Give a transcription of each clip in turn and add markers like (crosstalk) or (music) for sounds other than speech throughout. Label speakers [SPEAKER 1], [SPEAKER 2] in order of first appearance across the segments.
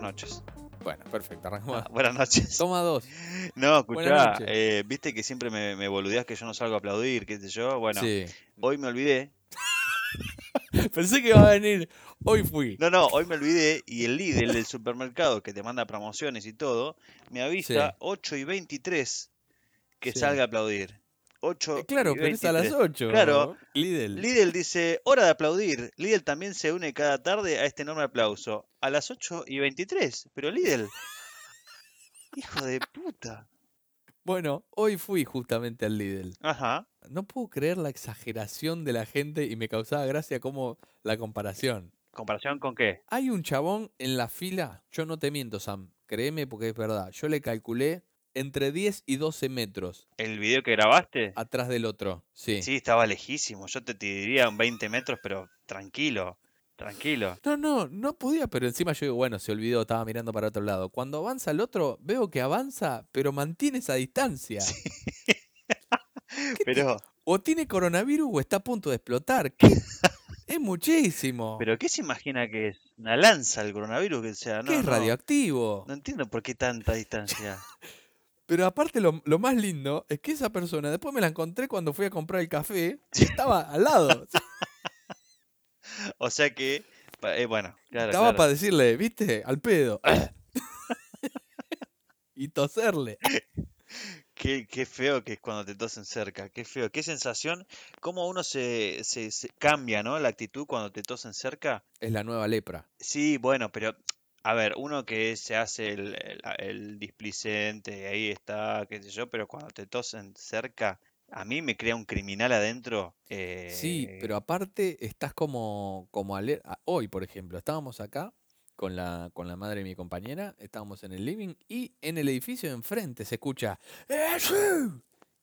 [SPEAKER 1] noches.
[SPEAKER 2] Bueno, perfecto, arrancamos.
[SPEAKER 1] Ah, buenas noches.
[SPEAKER 2] Toma dos.
[SPEAKER 1] (laughs) No,
[SPEAKER 2] Buenas
[SPEAKER 1] escuchá,
[SPEAKER 2] noches.
[SPEAKER 1] eh, viste que siempre me, me boludeás que yo no salgo a aplaudir, qué sé yo. Bueno,
[SPEAKER 2] Sí.
[SPEAKER 1] hoy me olvidé.
[SPEAKER 2] Pensé que iba a venir. Hoy fui.
[SPEAKER 1] No, no, hoy me olvidé y el líder del supermercado que te manda promociones y todo, me avisa
[SPEAKER 2] Sí.
[SPEAKER 1] 8 y 23 que
[SPEAKER 2] Sí.
[SPEAKER 1] salga a aplaudir. 8
[SPEAKER 2] Eh, Claro,
[SPEAKER 1] y
[SPEAKER 2] pero es a las
[SPEAKER 1] 23.
[SPEAKER 2] 8.
[SPEAKER 1] Claro.
[SPEAKER 2] Lidl.
[SPEAKER 1] Lidl dice, hora de aplaudir. Lidl también se une cada tarde a este enorme aplauso. A las 8 y 23.
[SPEAKER 2] (laughs)
[SPEAKER 1] Pero Lidl... Hijo de puta.
[SPEAKER 2] Bueno, hoy fui justamente al Lidl.
[SPEAKER 1] Ajá.
[SPEAKER 2] No puedo creer la exageración de la gente y me causaba gracia como la comparación.
[SPEAKER 1] ¿Comparación con qué?
[SPEAKER 2] Hay un chabón en la fila, yo no te miento, Sam, créeme porque es verdad. Yo le calculé entre 10 y 12 metros
[SPEAKER 1] ¿El video que grabaste?
[SPEAKER 2] atrás del otro. Sí.
[SPEAKER 1] Sí, estaba lejísimo. Yo te diría un 20 metros, pero tranquilo. Tranquilo.
[SPEAKER 2] No, no, no podía, pero encima yo digo, bueno, se olvidó, estaba mirando para otro lado. Cuando avanza el otro, veo que avanza, pero mantiene esa distancia.
[SPEAKER 1] Pero,
[SPEAKER 2] O tiene coronavirus o está a punto de explotar.
[SPEAKER 1] (laughs)
[SPEAKER 2] ¿Qué? es muchísimo.
[SPEAKER 1] pero ¿qué se imagina que es? Una lanza el coronavirus que sea, ¿no?
[SPEAKER 2] ¿Qué es
[SPEAKER 1] no,
[SPEAKER 2] radioactivo?
[SPEAKER 1] No entiendo por qué
[SPEAKER 2] (laughs)
[SPEAKER 1] tanta distancia.
[SPEAKER 2] Pero aparte lo, lo más lindo es que esa persona, después me la encontré cuando fui a comprar el
[SPEAKER 1] (laughs)
[SPEAKER 2] café, y estaba al lado.
[SPEAKER 1] O sea que, pa- eh, bueno, claro,
[SPEAKER 2] Estaba
[SPEAKER 1] claro.
[SPEAKER 2] para decirle, viste, al
[SPEAKER 1] (laughs)
[SPEAKER 2] pedo. (laughs) y toserle.
[SPEAKER 1] Qué, qué feo que es cuando te tosen cerca, qué feo, qué sensación, cómo uno se, se- se cambia, ¿no? La actitud cuando te tosen cerca.
[SPEAKER 2] Es la nueva lepra.
[SPEAKER 1] Sí, bueno, pero a ver, uno que se hace el, el- a- el displicente, y ahí está, qué sé yo, pero cuando te tosen cerca, a mí me crea un criminal adentro.
[SPEAKER 2] Sí,
[SPEAKER 1] eh,
[SPEAKER 2] pero aparte estás como, como aler- a- Hoy, por ejemplo, estábamos acá con la, con la madre de mi compañera, estábamos en el living y en el edificio de enfrente se escucha. "¡Eh, sí!".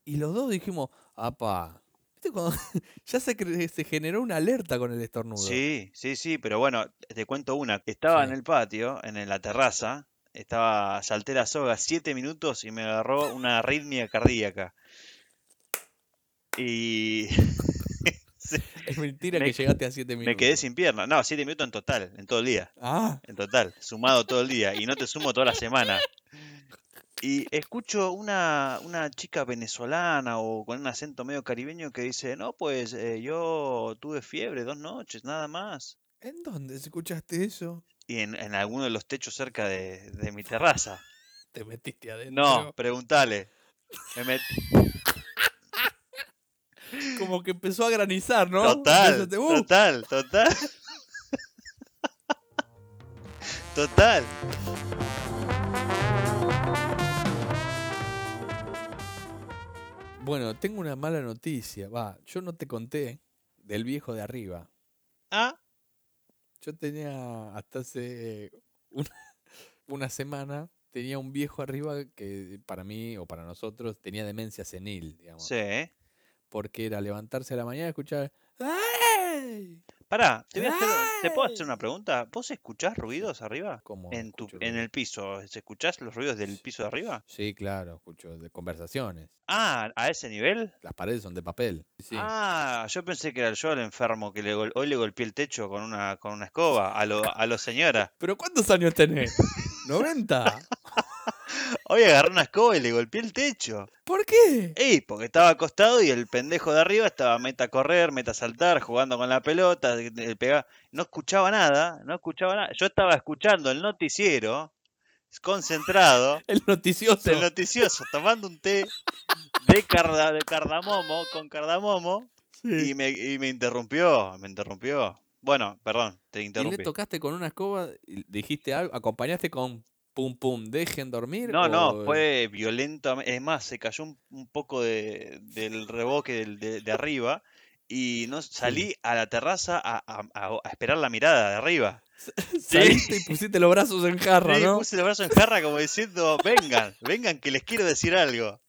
[SPEAKER 2] Y los dos dijimos, apa. ¿Viste cuando (laughs) ya se, cre- se generó una alerta con el estornudo?
[SPEAKER 1] Sí, sí, sí, pero bueno, te cuento una. Estaba en
[SPEAKER 2] Sí.
[SPEAKER 1] el patio, en el- la terraza, estaba, salté la soga siete minutos y me agarró una arritmia cardíaca. Y
[SPEAKER 2] Es mentira
[SPEAKER 1] Me-
[SPEAKER 2] que llegaste a 7 minutos.
[SPEAKER 1] me quedé sin pierna. No, siete minutos en total, en todo el día.
[SPEAKER 2] Ah,
[SPEAKER 1] En total, sumado todo el día. Y no te sumo toda la semana. Y escucho una, una chica venezolana o con un acento medio caribeño que dice, no, pues eh, yo tuve fiebre dos noches, nada más.
[SPEAKER 2] ¿en dónde escuchaste eso?
[SPEAKER 1] Y en, en alguno de los techos cerca de, de mi terraza.
[SPEAKER 2] Te metiste adentro.
[SPEAKER 1] No, pregúntale. Me met-
[SPEAKER 2] Como que empezó a granizar, ¿no?
[SPEAKER 1] Total,
[SPEAKER 2] Empezaste, "Uh".
[SPEAKER 1] total, total. (laughs) Total.
[SPEAKER 2] Bueno, tengo una mala noticia. Va, yo no te conté del viejo de arriba.
[SPEAKER 1] Ah,
[SPEAKER 2] Yo tenía hasta hace eh, una, (laughs) una semana, tenía un viejo arriba que para mí o para nosotros tenía demencia senil, digamos.
[SPEAKER 1] sí. ¿eh?
[SPEAKER 2] Porque era levantarse a la mañana y escuchar... "¡Ay!".
[SPEAKER 1] Pará, te, voy a hacer- ¿te puedo hacer
[SPEAKER 2] ¡Ay!
[SPEAKER 1] una pregunta? ¿Vos escuchás ruidos arriba?
[SPEAKER 2] Como
[SPEAKER 1] En, tu,
[SPEAKER 2] escucho
[SPEAKER 1] en
[SPEAKER 2] ruido.
[SPEAKER 1] el piso, ¿se escuchás los ruidos del piso de arriba?
[SPEAKER 2] Sí, claro, escucho de conversaciones.
[SPEAKER 1] Ah, a ese nivel.
[SPEAKER 2] Las paredes son de papel. Sí.
[SPEAKER 1] Ah, yo pensé que era yo el enfermo que le gol- hoy le golpeé el techo con una con una escoba a lo a lo señora.
[SPEAKER 2] ¿Pero cuántos años
[SPEAKER 1] (laughs)
[SPEAKER 2] tenés? ¿90?
[SPEAKER 1] Hoy agarré una escoba y le golpeé el techo.
[SPEAKER 2] ¿Por qué?
[SPEAKER 1] Ey, porque estaba acostado y el pendejo de arriba estaba meta a correr, meta a saltar, jugando con la pelota, de- de- pegá- no escuchaba nada, no escuchaba nada. Yo estaba escuchando el noticiero, concentrado.
[SPEAKER 2] El noticioso.
[SPEAKER 1] El noticioso tomando un té de, carda- de cardamomo con cardamomo
[SPEAKER 2] Sí.
[SPEAKER 1] y me, y me interrumpió, me interrumpió. Bueno, perdón, te
[SPEAKER 2] Y le
[SPEAKER 1] interrumpí.
[SPEAKER 2] tocaste con una escoba, y dijiste algo, acompañaste con pum pum, dejen dormir.
[SPEAKER 1] No, no,
[SPEAKER 2] o- (laughs)
[SPEAKER 1] fue violento. Es más, se cayó un, un poco de- del reboque del- de, de arriba y no salí a la terraza a, a- a- a esperar la mirada de arriba.
[SPEAKER 2] Saliste y pusiste los brazos en jarra,
[SPEAKER 1] Sí,
[SPEAKER 2] ¿no?
[SPEAKER 1] puse el brazo en jarra como diciendo, vengan, vengan que les quiero decir algo.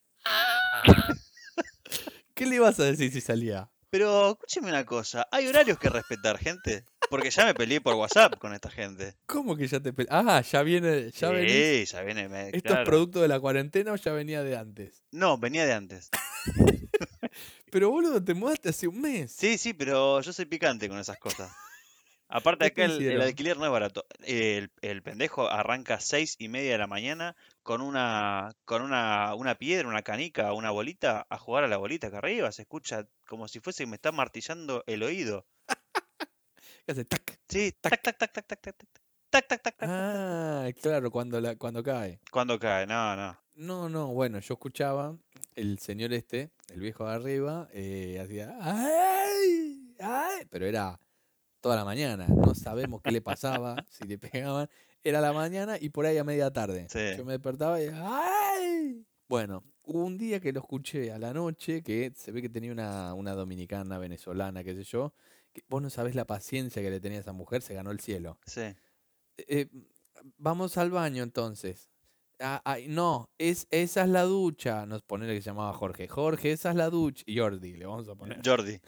[SPEAKER 2] ¿Qué le ibas a decir si salía?
[SPEAKER 1] Pero escúcheme una cosa, hay horarios que respetar, gente. Porque ya me peleé por WhatsApp con esta gente.
[SPEAKER 2] ¿Cómo que ya te pe- Ah, ya viene, ya
[SPEAKER 1] sí,
[SPEAKER 2] venís.
[SPEAKER 1] (laughs) ya viene. me-
[SPEAKER 2] ¿Esto es
[SPEAKER 1] claro.
[SPEAKER 2] producto de la cuarentena o ya venía de antes?
[SPEAKER 1] No, venía de antes.
[SPEAKER 2] Pero boludo, te mudaste hace un mes.
[SPEAKER 1] Sí, sí, pero yo soy picante con esas cosas. (laughs) Aparte
[SPEAKER 2] ¿Qué
[SPEAKER 1] acá el, el
[SPEAKER 2] hicieron?
[SPEAKER 1] alquiler no es barato. El, el pendejo arranca a seis y media de la mañana con una, con una, una piedra, una canica, una bolita, a jugar a la bolita acá arriba. Se escucha como si fuese que me está martillando el oído.
[SPEAKER 2] Que hace tac.
[SPEAKER 1] Sí, tac, tac, tac, tac, tac, tac, tac, tac, tac, tac, tac.
[SPEAKER 2] Ah, claro, cuando, la, cuando cae.
[SPEAKER 1] Cuando cae, no, no.
[SPEAKER 2] No, no, bueno, yo escuchaba el señor este, el viejo de arriba, eh, hacía ¡ay! ¡ay! Pero era toda la mañana, no sabemos qué le pasaba, si le pegaban. Era la mañana y por ahí a media tarde.
[SPEAKER 1] Sí.
[SPEAKER 2] Yo me despertaba y ¡ay! Bueno, hubo un día que lo escuché a la noche, que se ve que tenía una, una dominicana, venezolana, qué sé yo. Que vos no sabés la paciencia que le tenía a esa mujer, se ganó el cielo.
[SPEAKER 1] Sí.
[SPEAKER 2] Eh, vamos al baño entonces. Ah, ay, no, es, esa es la ducha. Nos pone que se llamaba Jorge. Jorge, esa es la ducha. Y Jordi, le vamos a
[SPEAKER 1] (laughs)
[SPEAKER 2] poner.
[SPEAKER 1] Jordi.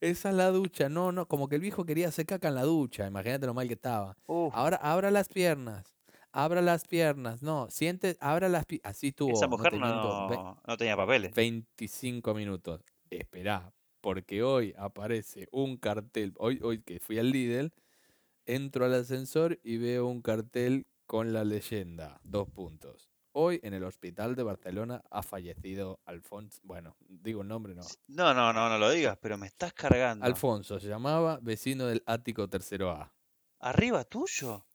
[SPEAKER 2] Esa es la ducha. No, no, como que el viejo quería hacer caca en la ducha. Imagínate lo mal que estaba.
[SPEAKER 1] Uf,
[SPEAKER 2] Ahora abra las piernas. Abra las piernas. No, siente, abra las piernas. Así tuvo.
[SPEAKER 1] esa mujer
[SPEAKER 2] te miento, ve-
[SPEAKER 1] no, no tenía papeles.
[SPEAKER 2] 25 minutos. Esperá, porque hoy aparece un cartel. Hoy, hoy que fui al Lidl, entro al ascensor y veo un cartel con la leyenda. Dos puntos. Hoy en el hospital de Barcelona ha fallecido Alfonso. Bueno, digo el nombre, no.
[SPEAKER 1] No, no, no, no lo digas, pero me estás cargando.
[SPEAKER 2] Alfonso se llamaba, vecino del ático tercero A. (laughs)
[SPEAKER 1] ¿Arriba tuyo?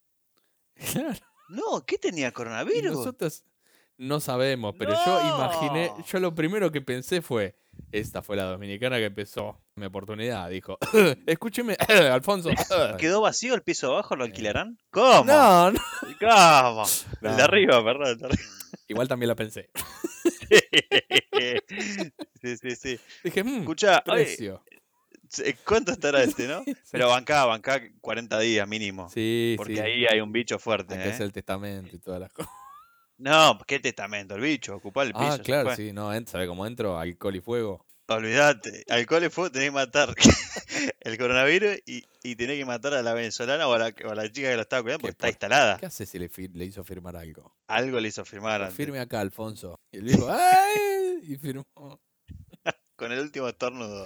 [SPEAKER 2] Claro,
[SPEAKER 1] No, ¿qué tenía
[SPEAKER 2] y
[SPEAKER 1] coronavirus? (laughs)
[SPEAKER 2] nosotros no sabemos, pero yo imaginé.
[SPEAKER 1] ¡No!
[SPEAKER 2] Yo lo primero que pensé fue. Esta fue la dominicana que empezó. Mi oportunidad, dijo. (laughs) Escúcheme, Alfonso.
[SPEAKER 1] (laughs) ¿Quedó vacío el piso abajo? ¿Lo alquilarán? ¿Cómo?
[SPEAKER 2] Eh. No, no.
[SPEAKER 1] ¿Cómo? El de
[SPEAKER 2] No.
[SPEAKER 1] arriba, (laughs) perdón. el de
[SPEAKER 2] Igual también la pensé.
[SPEAKER 1] arriba. sí,
[SPEAKER 2] (laughs)
[SPEAKER 1] sí, sí.
[SPEAKER 2] Dije, mmm,
[SPEAKER 1] Escucha,
[SPEAKER 2] precio.
[SPEAKER 1] ¿cuánto estará
[SPEAKER 2] (laughs)
[SPEAKER 1] este, no? (laughs) Pero bancá, bancá 40 días mínimo.
[SPEAKER 2] Sí,
[SPEAKER 1] porque
[SPEAKER 2] sí.
[SPEAKER 1] ahí hay un bicho fuerte.
[SPEAKER 2] Hay que
[SPEAKER 1] ¿eh?
[SPEAKER 2] hacer el testamento y todas las cosas.
[SPEAKER 1] No, ¿qué testamento? El bicho, ocupá el piso.
[SPEAKER 2] Ah,
[SPEAKER 1] ya
[SPEAKER 2] claro,
[SPEAKER 1] fue.
[SPEAKER 2] sí. No, ent- ¿sabe cómo entro? Alcohol y fuego.
[SPEAKER 1] Olvídate, alcohol y fuego tenés que matar (laughs) el coronavirus y, y tenés que matar a la venezolana o a la, o a la chica que lo estaba cuidando
[SPEAKER 2] Qué
[SPEAKER 1] porque está
[SPEAKER 2] por-
[SPEAKER 1] instalada.
[SPEAKER 2] ¿Qué hace si le, fir- le hizo firmar algo?
[SPEAKER 1] Algo le hizo firmar antes.
[SPEAKER 2] Firme acá, Alfonso. Y él dijo, ¡ay! Y firmó.
[SPEAKER 1] Con el
[SPEAKER 2] (laughs)
[SPEAKER 1] último estornudo.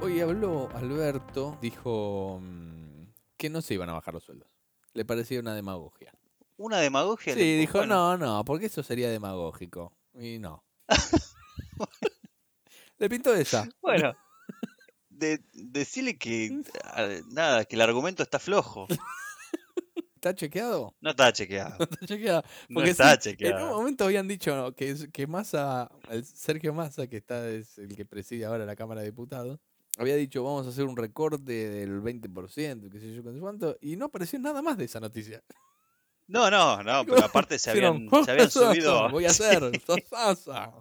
[SPEAKER 2] Hoy habló Alberto, dijo mm, que no se iban a bajar los sueldos. Le parecía una demagogia.
[SPEAKER 1] Una demagogia.
[SPEAKER 2] Sí,
[SPEAKER 1] le-
[SPEAKER 2] dijo,
[SPEAKER 1] bueno,
[SPEAKER 2] no, no, porque eso sería demagógico. Y no. (laughs) Le pintó esa. (laughs)
[SPEAKER 1] Bueno, de, decirle que a- nada, que el argumento está flojo.
[SPEAKER 2] ¿Está chequeado? (laughs)
[SPEAKER 1] No está chequeado.
[SPEAKER 2] ¿Está chequeado?
[SPEAKER 1] No
[SPEAKER 2] Porque
[SPEAKER 1] está
[SPEAKER 2] sí, En un
[SPEAKER 1] chequeado.
[SPEAKER 2] momento habían dicho ¿no? que, es- que Massa, el Sergio Massa, que está es el que preside ahora la Cámara de Diputados, había dicho vamos a hacer un recorte del 20%, qué sé yo, qué sé cuánto, y no apareció nada más de esa noticia.
[SPEAKER 1] No, no, no, pero aparte
[SPEAKER 2] (laughs)
[SPEAKER 1] se habían,
[SPEAKER 2] Dijeron, "Vos
[SPEAKER 1] se habían
[SPEAKER 2] sos,
[SPEAKER 1] subido.
[SPEAKER 2] (laughs) Voy a hacer, sos Massa.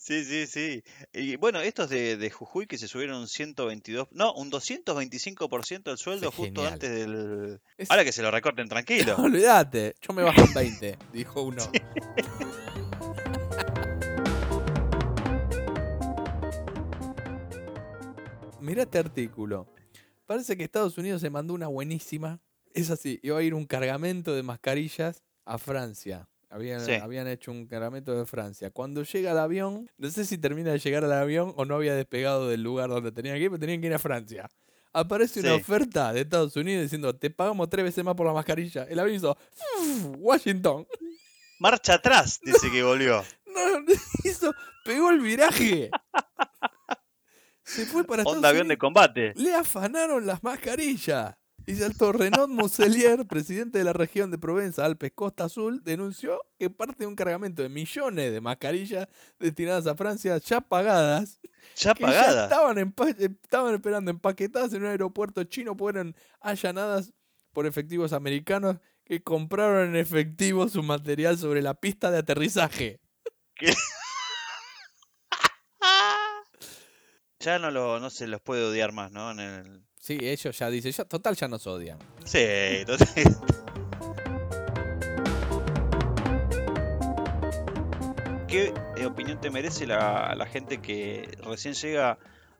[SPEAKER 1] Sí, sí, sí. Y bueno, estos de, de Jujuy que se subieron un 122, no, un 225% del
[SPEAKER 2] Eso
[SPEAKER 1] sueldo
[SPEAKER 2] es
[SPEAKER 1] justo
[SPEAKER 2] genial.
[SPEAKER 1] antes del...
[SPEAKER 2] Es-
[SPEAKER 1] Ahora que se lo recorten tranquilo.
[SPEAKER 2] (laughs) Olvídate, yo me bajo en 20, dijo uno. (laughs) Mirá este artículo. Parece que Estados Unidos se mandó una buenísima. Es así, iba a ir un cargamento de mascarillas a Francia. Habían,
[SPEAKER 1] Sí.
[SPEAKER 2] habían hecho un cargamento de Francia. Cuando llega el avión, no sé si termina de llegar al avión o no había despegado del lugar donde tenían que ir, pero tenían que ir a Francia. Aparece una
[SPEAKER 1] Sí.
[SPEAKER 2] oferta de Estados Unidos diciendo, te pagamos tres veces más por la mascarilla. El aviso, Washington. (laughs)
[SPEAKER 1] Marcha atrás, dice que volvió.
[SPEAKER 2] No, no (laughs) hizo, pegó el viraje. Se fue para Estados
[SPEAKER 1] Onda avión de
[SPEAKER 2] Unidos.
[SPEAKER 1] combate.
[SPEAKER 2] Le afanaron las mascarillas. Y saltó Renaud Muselier, (laughs) presidente de la región de Provenza, Alpes, Costa Azul, denunció que parte de un cargamento de millones de mascarillas destinadas a Francia ya pagadas
[SPEAKER 1] Ya
[SPEAKER 2] que ya
[SPEAKER 1] pagada.
[SPEAKER 2] estaban, empa- estaban esperando empaquetadas en un aeropuerto chino, fueron allanadas por efectivos americanos que compraron en efectivo su material sobre la pista de aterrizaje.
[SPEAKER 1] Ya no, lo, no se los puede odiar más, ¿no? En el,
[SPEAKER 2] Sí, ellos ya dicen, ya, total ya nos odian.
[SPEAKER 1] Sí,
[SPEAKER 2] (laughs)
[SPEAKER 1] entonces. ¿Qué eh, opinión te merece la, la gente que recién llega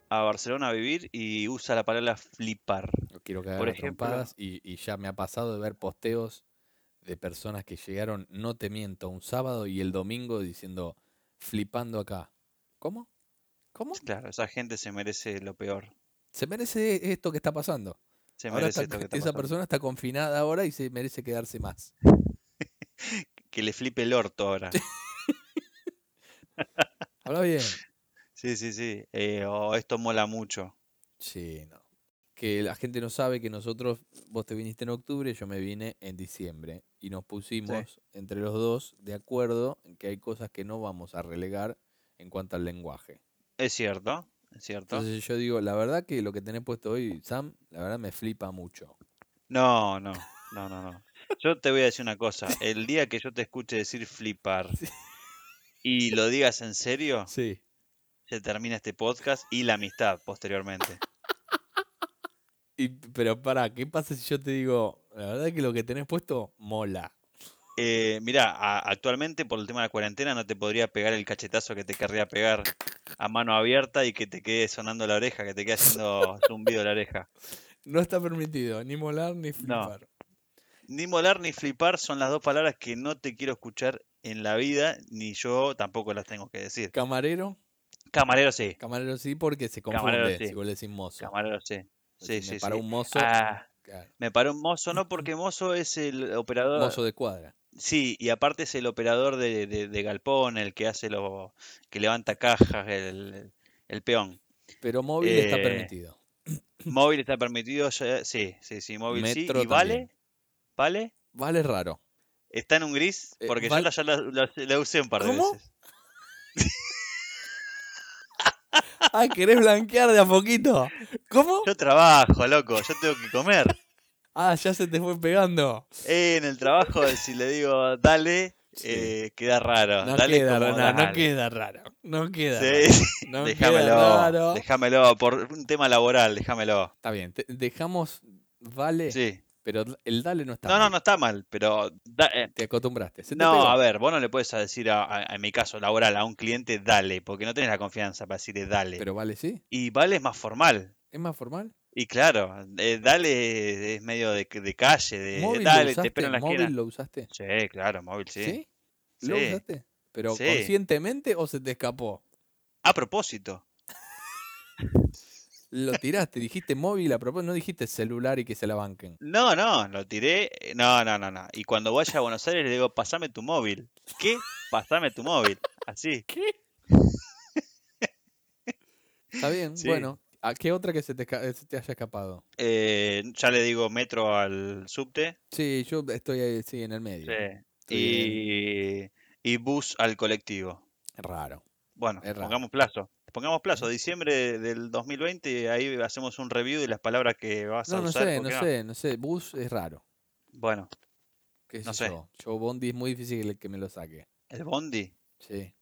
[SPEAKER 1] a Barcelona a vivir y usa la palabra flipar?
[SPEAKER 2] No quiero cagar
[SPEAKER 1] Por
[SPEAKER 2] a
[SPEAKER 1] ejemplo-
[SPEAKER 2] trompadas y, y ya me ha pasado de ver posteos de personas que llegaron, no te miento, un sábado y el domingo diciendo, flipando acá. ¿Cómo? ¿Cómo?
[SPEAKER 1] Claro, esa gente se merece lo peor.
[SPEAKER 2] Se merece esto que está pasando.
[SPEAKER 1] Se
[SPEAKER 2] Ahora está- (laughs)
[SPEAKER 1] merece esto que está
[SPEAKER 2] esa
[SPEAKER 1] pasando.
[SPEAKER 2] persona está confinada ahora y se merece quedarse más.
[SPEAKER 1] Que le flipe el orto ahora.
[SPEAKER 2] Ahora bien.
[SPEAKER 1] Sí, sí, sí. Eh, oh, esto mola mucho.
[SPEAKER 2] Sí, no. Que la gente no sabe que nosotros, vos te viniste en octubre, yo me vine en diciembre. Y nos pusimos entre los dos de acuerdo en que hay cosas que no vamos a relegar en cuanto al lenguaje.
[SPEAKER 1] Es cierto, es cierto.
[SPEAKER 2] Entonces yo digo, la verdad que lo que tenés puesto hoy, Sam, la verdad me flipa mucho.
[SPEAKER 1] No, no, no, no,
[SPEAKER 2] (laughs)
[SPEAKER 1] no. Yo te voy a decir una cosa. El día que yo te escuche decir flipar y lo digas en serio,
[SPEAKER 2] Sí.
[SPEAKER 1] se termina este podcast y la amistad posteriormente.
[SPEAKER 2] Y, pero pará, ¿qué pasa si yo te digo, la verdad que lo que tenés puesto mola?
[SPEAKER 1] Eh, mirá, a- actualmente por el tema de la cuarentena no te podría pegar el cachetazo que te querría pegar a mano abierta y que te quede sonando la oreja, que te quede
[SPEAKER 2] (laughs)
[SPEAKER 1] haciendo zumbido la oreja.
[SPEAKER 2] No está permitido, ni molar ni flipar.
[SPEAKER 1] Ni molar ni flipar son las dos palabras que no te quiero escuchar en la vida, ni yo tampoco las tengo que decir.
[SPEAKER 2] Camarero,
[SPEAKER 1] Camarero sí,
[SPEAKER 2] camarero sí, porque se confunde
[SPEAKER 1] Camarero sí.
[SPEAKER 2] si vos le decís mozo.
[SPEAKER 1] camarero sí.
[SPEAKER 2] Pues
[SPEAKER 1] Sí,
[SPEAKER 2] Decime,
[SPEAKER 1] sí,
[SPEAKER 2] para
[SPEAKER 1] sí.
[SPEAKER 2] un mozo,
[SPEAKER 1] Ah,
[SPEAKER 2] claro,
[SPEAKER 1] me paró un
[SPEAKER 2] (clears throat)
[SPEAKER 1] mozo, no, porque mozo es el operador.
[SPEAKER 2] mozo de cuadra.
[SPEAKER 1] Sí, y aparte es el operador de, de- de galpón, el que hace lo, que levanta cajas, el, el peón.
[SPEAKER 2] Pero móvil está
[SPEAKER 1] Eh,
[SPEAKER 2] permitido.
[SPEAKER 1] Móvil está permitido, ya- sí, sí, sí, móvil sí.
[SPEAKER 2] Metro
[SPEAKER 1] ¿Y vale?
[SPEAKER 2] también.
[SPEAKER 1] ¿Vale?
[SPEAKER 2] Vale es raro.
[SPEAKER 1] ¿Está en un gris?
[SPEAKER 2] Eh,
[SPEAKER 1] Porque
[SPEAKER 2] val-
[SPEAKER 1] yo la, ya la, la- la usé un par de
[SPEAKER 2] ¿Cómo?
[SPEAKER 1] veces.
[SPEAKER 2] Ah, ¿querés blanquear de a poquito? ¿Cómo?
[SPEAKER 1] Yo trabajo, loco, yo tengo que comer.
[SPEAKER 2] Ah, ya se te fue pegando.
[SPEAKER 1] Eh, en el
[SPEAKER 2] (laughs)
[SPEAKER 1] trabajo, si le digo dale,
[SPEAKER 2] Sí.
[SPEAKER 1] eh, queda raro.
[SPEAKER 2] No
[SPEAKER 1] dale
[SPEAKER 2] queda,
[SPEAKER 1] como
[SPEAKER 2] raro, no,
[SPEAKER 1] dale.
[SPEAKER 2] queda raro. No queda
[SPEAKER 1] Sí, (laughs)
[SPEAKER 2] raro.
[SPEAKER 1] sí,
[SPEAKER 2] No
[SPEAKER 1] déjamelo,
[SPEAKER 2] queda raro.
[SPEAKER 1] déjamelo, por un tema laboral, déjamelo.
[SPEAKER 2] Está bien, te- dejamos vale,
[SPEAKER 1] Sí.
[SPEAKER 2] pero el dale no está.
[SPEAKER 1] No, no,
[SPEAKER 2] mal.
[SPEAKER 1] no está mal, pero da- eh,
[SPEAKER 2] Te acostumbraste. se te pegó.
[SPEAKER 1] no, a ver, vos no le puedes decir a, a- en mi caso laboral a un cliente dale, porque no tenés la confianza para decirle dale.
[SPEAKER 2] Pero vale, sí.
[SPEAKER 1] Y vale es más formal.
[SPEAKER 2] ¿Es más formal?
[SPEAKER 1] Y claro, eh, dale es medio de, de calle, de
[SPEAKER 2] ¿Móvil lo
[SPEAKER 1] Eh, dale, te
[SPEAKER 2] usaste?
[SPEAKER 1] espero en la
[SPEAKER 2] ¿Móvil
[SPEAKER 1] esquina.
[SPEAKER 2] lo usaste?
[SPEAKER 1] Sí, claro, móvil, sí.
[SPEAKER 2] ¿Sí? ¿Lo
[SPEAKER 1] Sí.
[SPEAKER 2] usaste? ¿Pero
[SPEAKER 1] Sí.
[SPEAKER 2] conscientemente o se te escapó?
[SPEAKER 1] A propósito,
[SPEAKER 2] Lo tiraste, dijiste móvil a propósito, no dijiste celular y que se la banquen.
[SPEAKER 1] no, no, lo tiré. eh, No, no, no, no. Y cuando vaya a Buenos Aires le digo, pasame tu móvil. ¿Qué? Pasame tu móvil. Así.
[SPEAKER 2] Está bien,
[SPEAKER 1] Sí.
[SPEAKER 2] bueno. ¿A qué otra que se te, esca- eh, se te haya escapado?
[SPEAKER 1] Eh, ya le digo metro al subte.
[SPEAKER 2] Sí, yo estoy ahí, sí, en el medio.
[SPEAKER 1] Sí.
[SPEAKER 2] Estoy
[SPEAKER 1] Y, y bus al colectivo.
[SPEAKER 2] Raro.
[SPEAKER 1] Bueno,
[SPEAKER 2] Es raro.
[SPEAKER 1] pongamos plazo. Pongamos plazo, diciembre del 2020, ahí hacemos un review de las palabras que vas a
[SPEAKER 2] No, no
[SPEAKER 1] usar.
[SPEAKER 2] sé,
[SPEAKER 1] ¿por
[SPEAKER 2] no
[SPEAKER 1] qué
[SPEAKER 2] sé, no sé. Bus es raro.
[SPEAKER 1] Bueno,
[SPEAKER 2] ¿Qué
[SPEAKER 1] No
[SPEAKER 2] sé
[SPEAKER 1] sé.
[SPEAKER 2] yo? Yo Bondi es muy difícil que- que me lo saque.
[SPEAKER 1] el bondi.
[SPEAKER 2] Sí.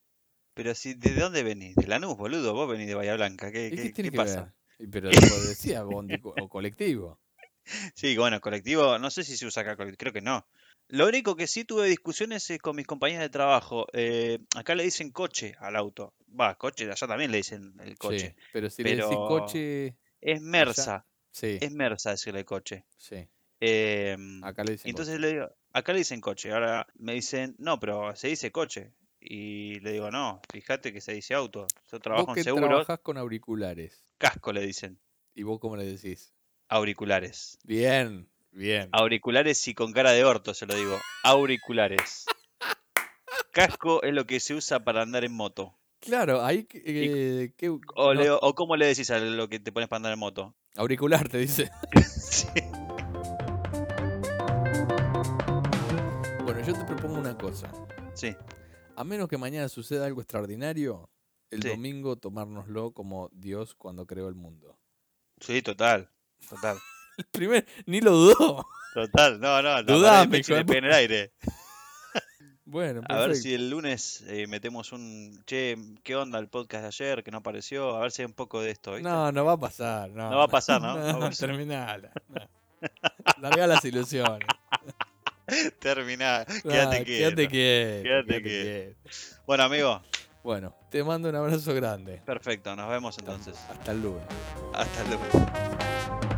[SPEAKER 1] Pero si, ¿de dónde venís? De Lanús, boludo. Vos venís de Bahía Blanca. ¿Qué,
[SPEAKER 2] ¿Y
[SPEAKER 1] qué-
[SPEAKER 2] qué tiene
[SPEAKER 1] qué
[SPEAKER 2] que
[SPEAKER 1] pasa?
[SPEAKER 2] ver? Y Pero
[SPEAKER 1] (laughs)
[SPEAKER 2] lo decía Bondi co- o colectivo.
[SPEAKER 1] Sí, bueno, colectivo, no sé si se usa acá colectivo, creo que no. Lo único que sí tuve discusiones eh, con mis compañeros de trabajo. eh, acá le dicen coche al auto. Va, coche, allá también le dicen el coche.
[SPEAKER 2] Sí, pero si le decís
[SPEAKER 1] Pero-
[SPEAKER 2] coche.
[SPEAKER 1] Es Mersa,
[SPEAKER 2] Sí,
[SPEAKER 1] es Mersa decirle coche.
[SPEAKER 2] sí.
[SPEAKER 1] Em,
[SPEAKER 2] Acá le dicen.
[SPEAKER 1] entonces le digo, acá le dicen coche, ahora me dicen, no, pero se dice coche. Y le digo, no, fíjate que se dice auto. Yo
[SPEAKER 2] coche.
[SPEAKER 1] trabajo
[SPEAKER 2] vos
[SPEAKER 1] en
[SPEAKER 2] que
[SPEAKER 1] seguros,
[SPEAKER 2] trabajás con auriculares.
[SPEAKER 1] casco le dicen,
[SPEAKER 2] ¿Y vos cómo le decís?
[SPEAKER 1] auriculares.
[SPEAKER 2] Bien, bien.
[SPEAKER 1] Ah. Auriculares y con cara de orto se lo digo,
[SPEAKER 2] (laughs)
[SPEAKER 1] auriculares. Casco es lo que se usa para andar en moto.
[SPEAKER 2] Claro, ahí. que- eh, que-
[SPEAKER 1] O,
[SPEAKER 2] no,
[SPEAKER 1] le- o cómo le decís a lo que te pones para andar en moto.
[SPEAKER 2] Auricular te dice. (laughs)
[SPEAKER 1] Sí.
[SPEAKER 2] Bueno, yo te propongo una cosa.
[SPEAKER 1] Sí.
[SPEAKER 2] A menos que mañana suceda algo extraordinario, el
[SPEAKER 1] Sí.
[SPEAKER 2] domingo tomárnoslo como Dios cuando creó el mundo.
[SPEAKER 1] Sí, total. Total.
[SPEAKER 2] El primer, ni lo dudó. (laughs)
[SPEAKER 1] Total. No, no, no.
[SPEAKER 2] Dudame,
[SPEAKER 1] pará,
[SPEAKER 2] hijo de
[SPEAKER 1] le pegué en el aire.
[SPEAKER 2] Bueno,
[SPEAKER 1] A ver
[SPEAKER 2] perfecto.
[SPEAKER 1] si el lunes eh, metemos un che, ¿qué onda el podcast de ayer? Que no apareció, a ver si hay un poco de esto. ¿viste?
[SPEAKER 2] No, no va a pasar. No,
[SPEAKER 1] No va a
[SPEAKER 2] (laughs)
[SPEAKER 1] pasar, ¿no? No va a pasar.
[SPEAKER 2] terminala.
[SPEAKER 1] (laughs)
[SPEAKER 2] no. Largá las ilusiones.
[SPEAKER 1] (laughs) Terminá,
[SPEAKER 2] Ah,
[SPEAKER 1] quédate quieto.
[SPEAKER 2] Quédate quieto.
[SPEAKER 1] Quédate quieto. Bueno, amigo,
[SPEAKER 2] Bueno, te mando un abrazo grande.
[SPEAKER 1] perfecto, nos vemos entonces.
[SPEAKER 2] Hasta el lunes.
[SPEAKER 1] Hasta luego.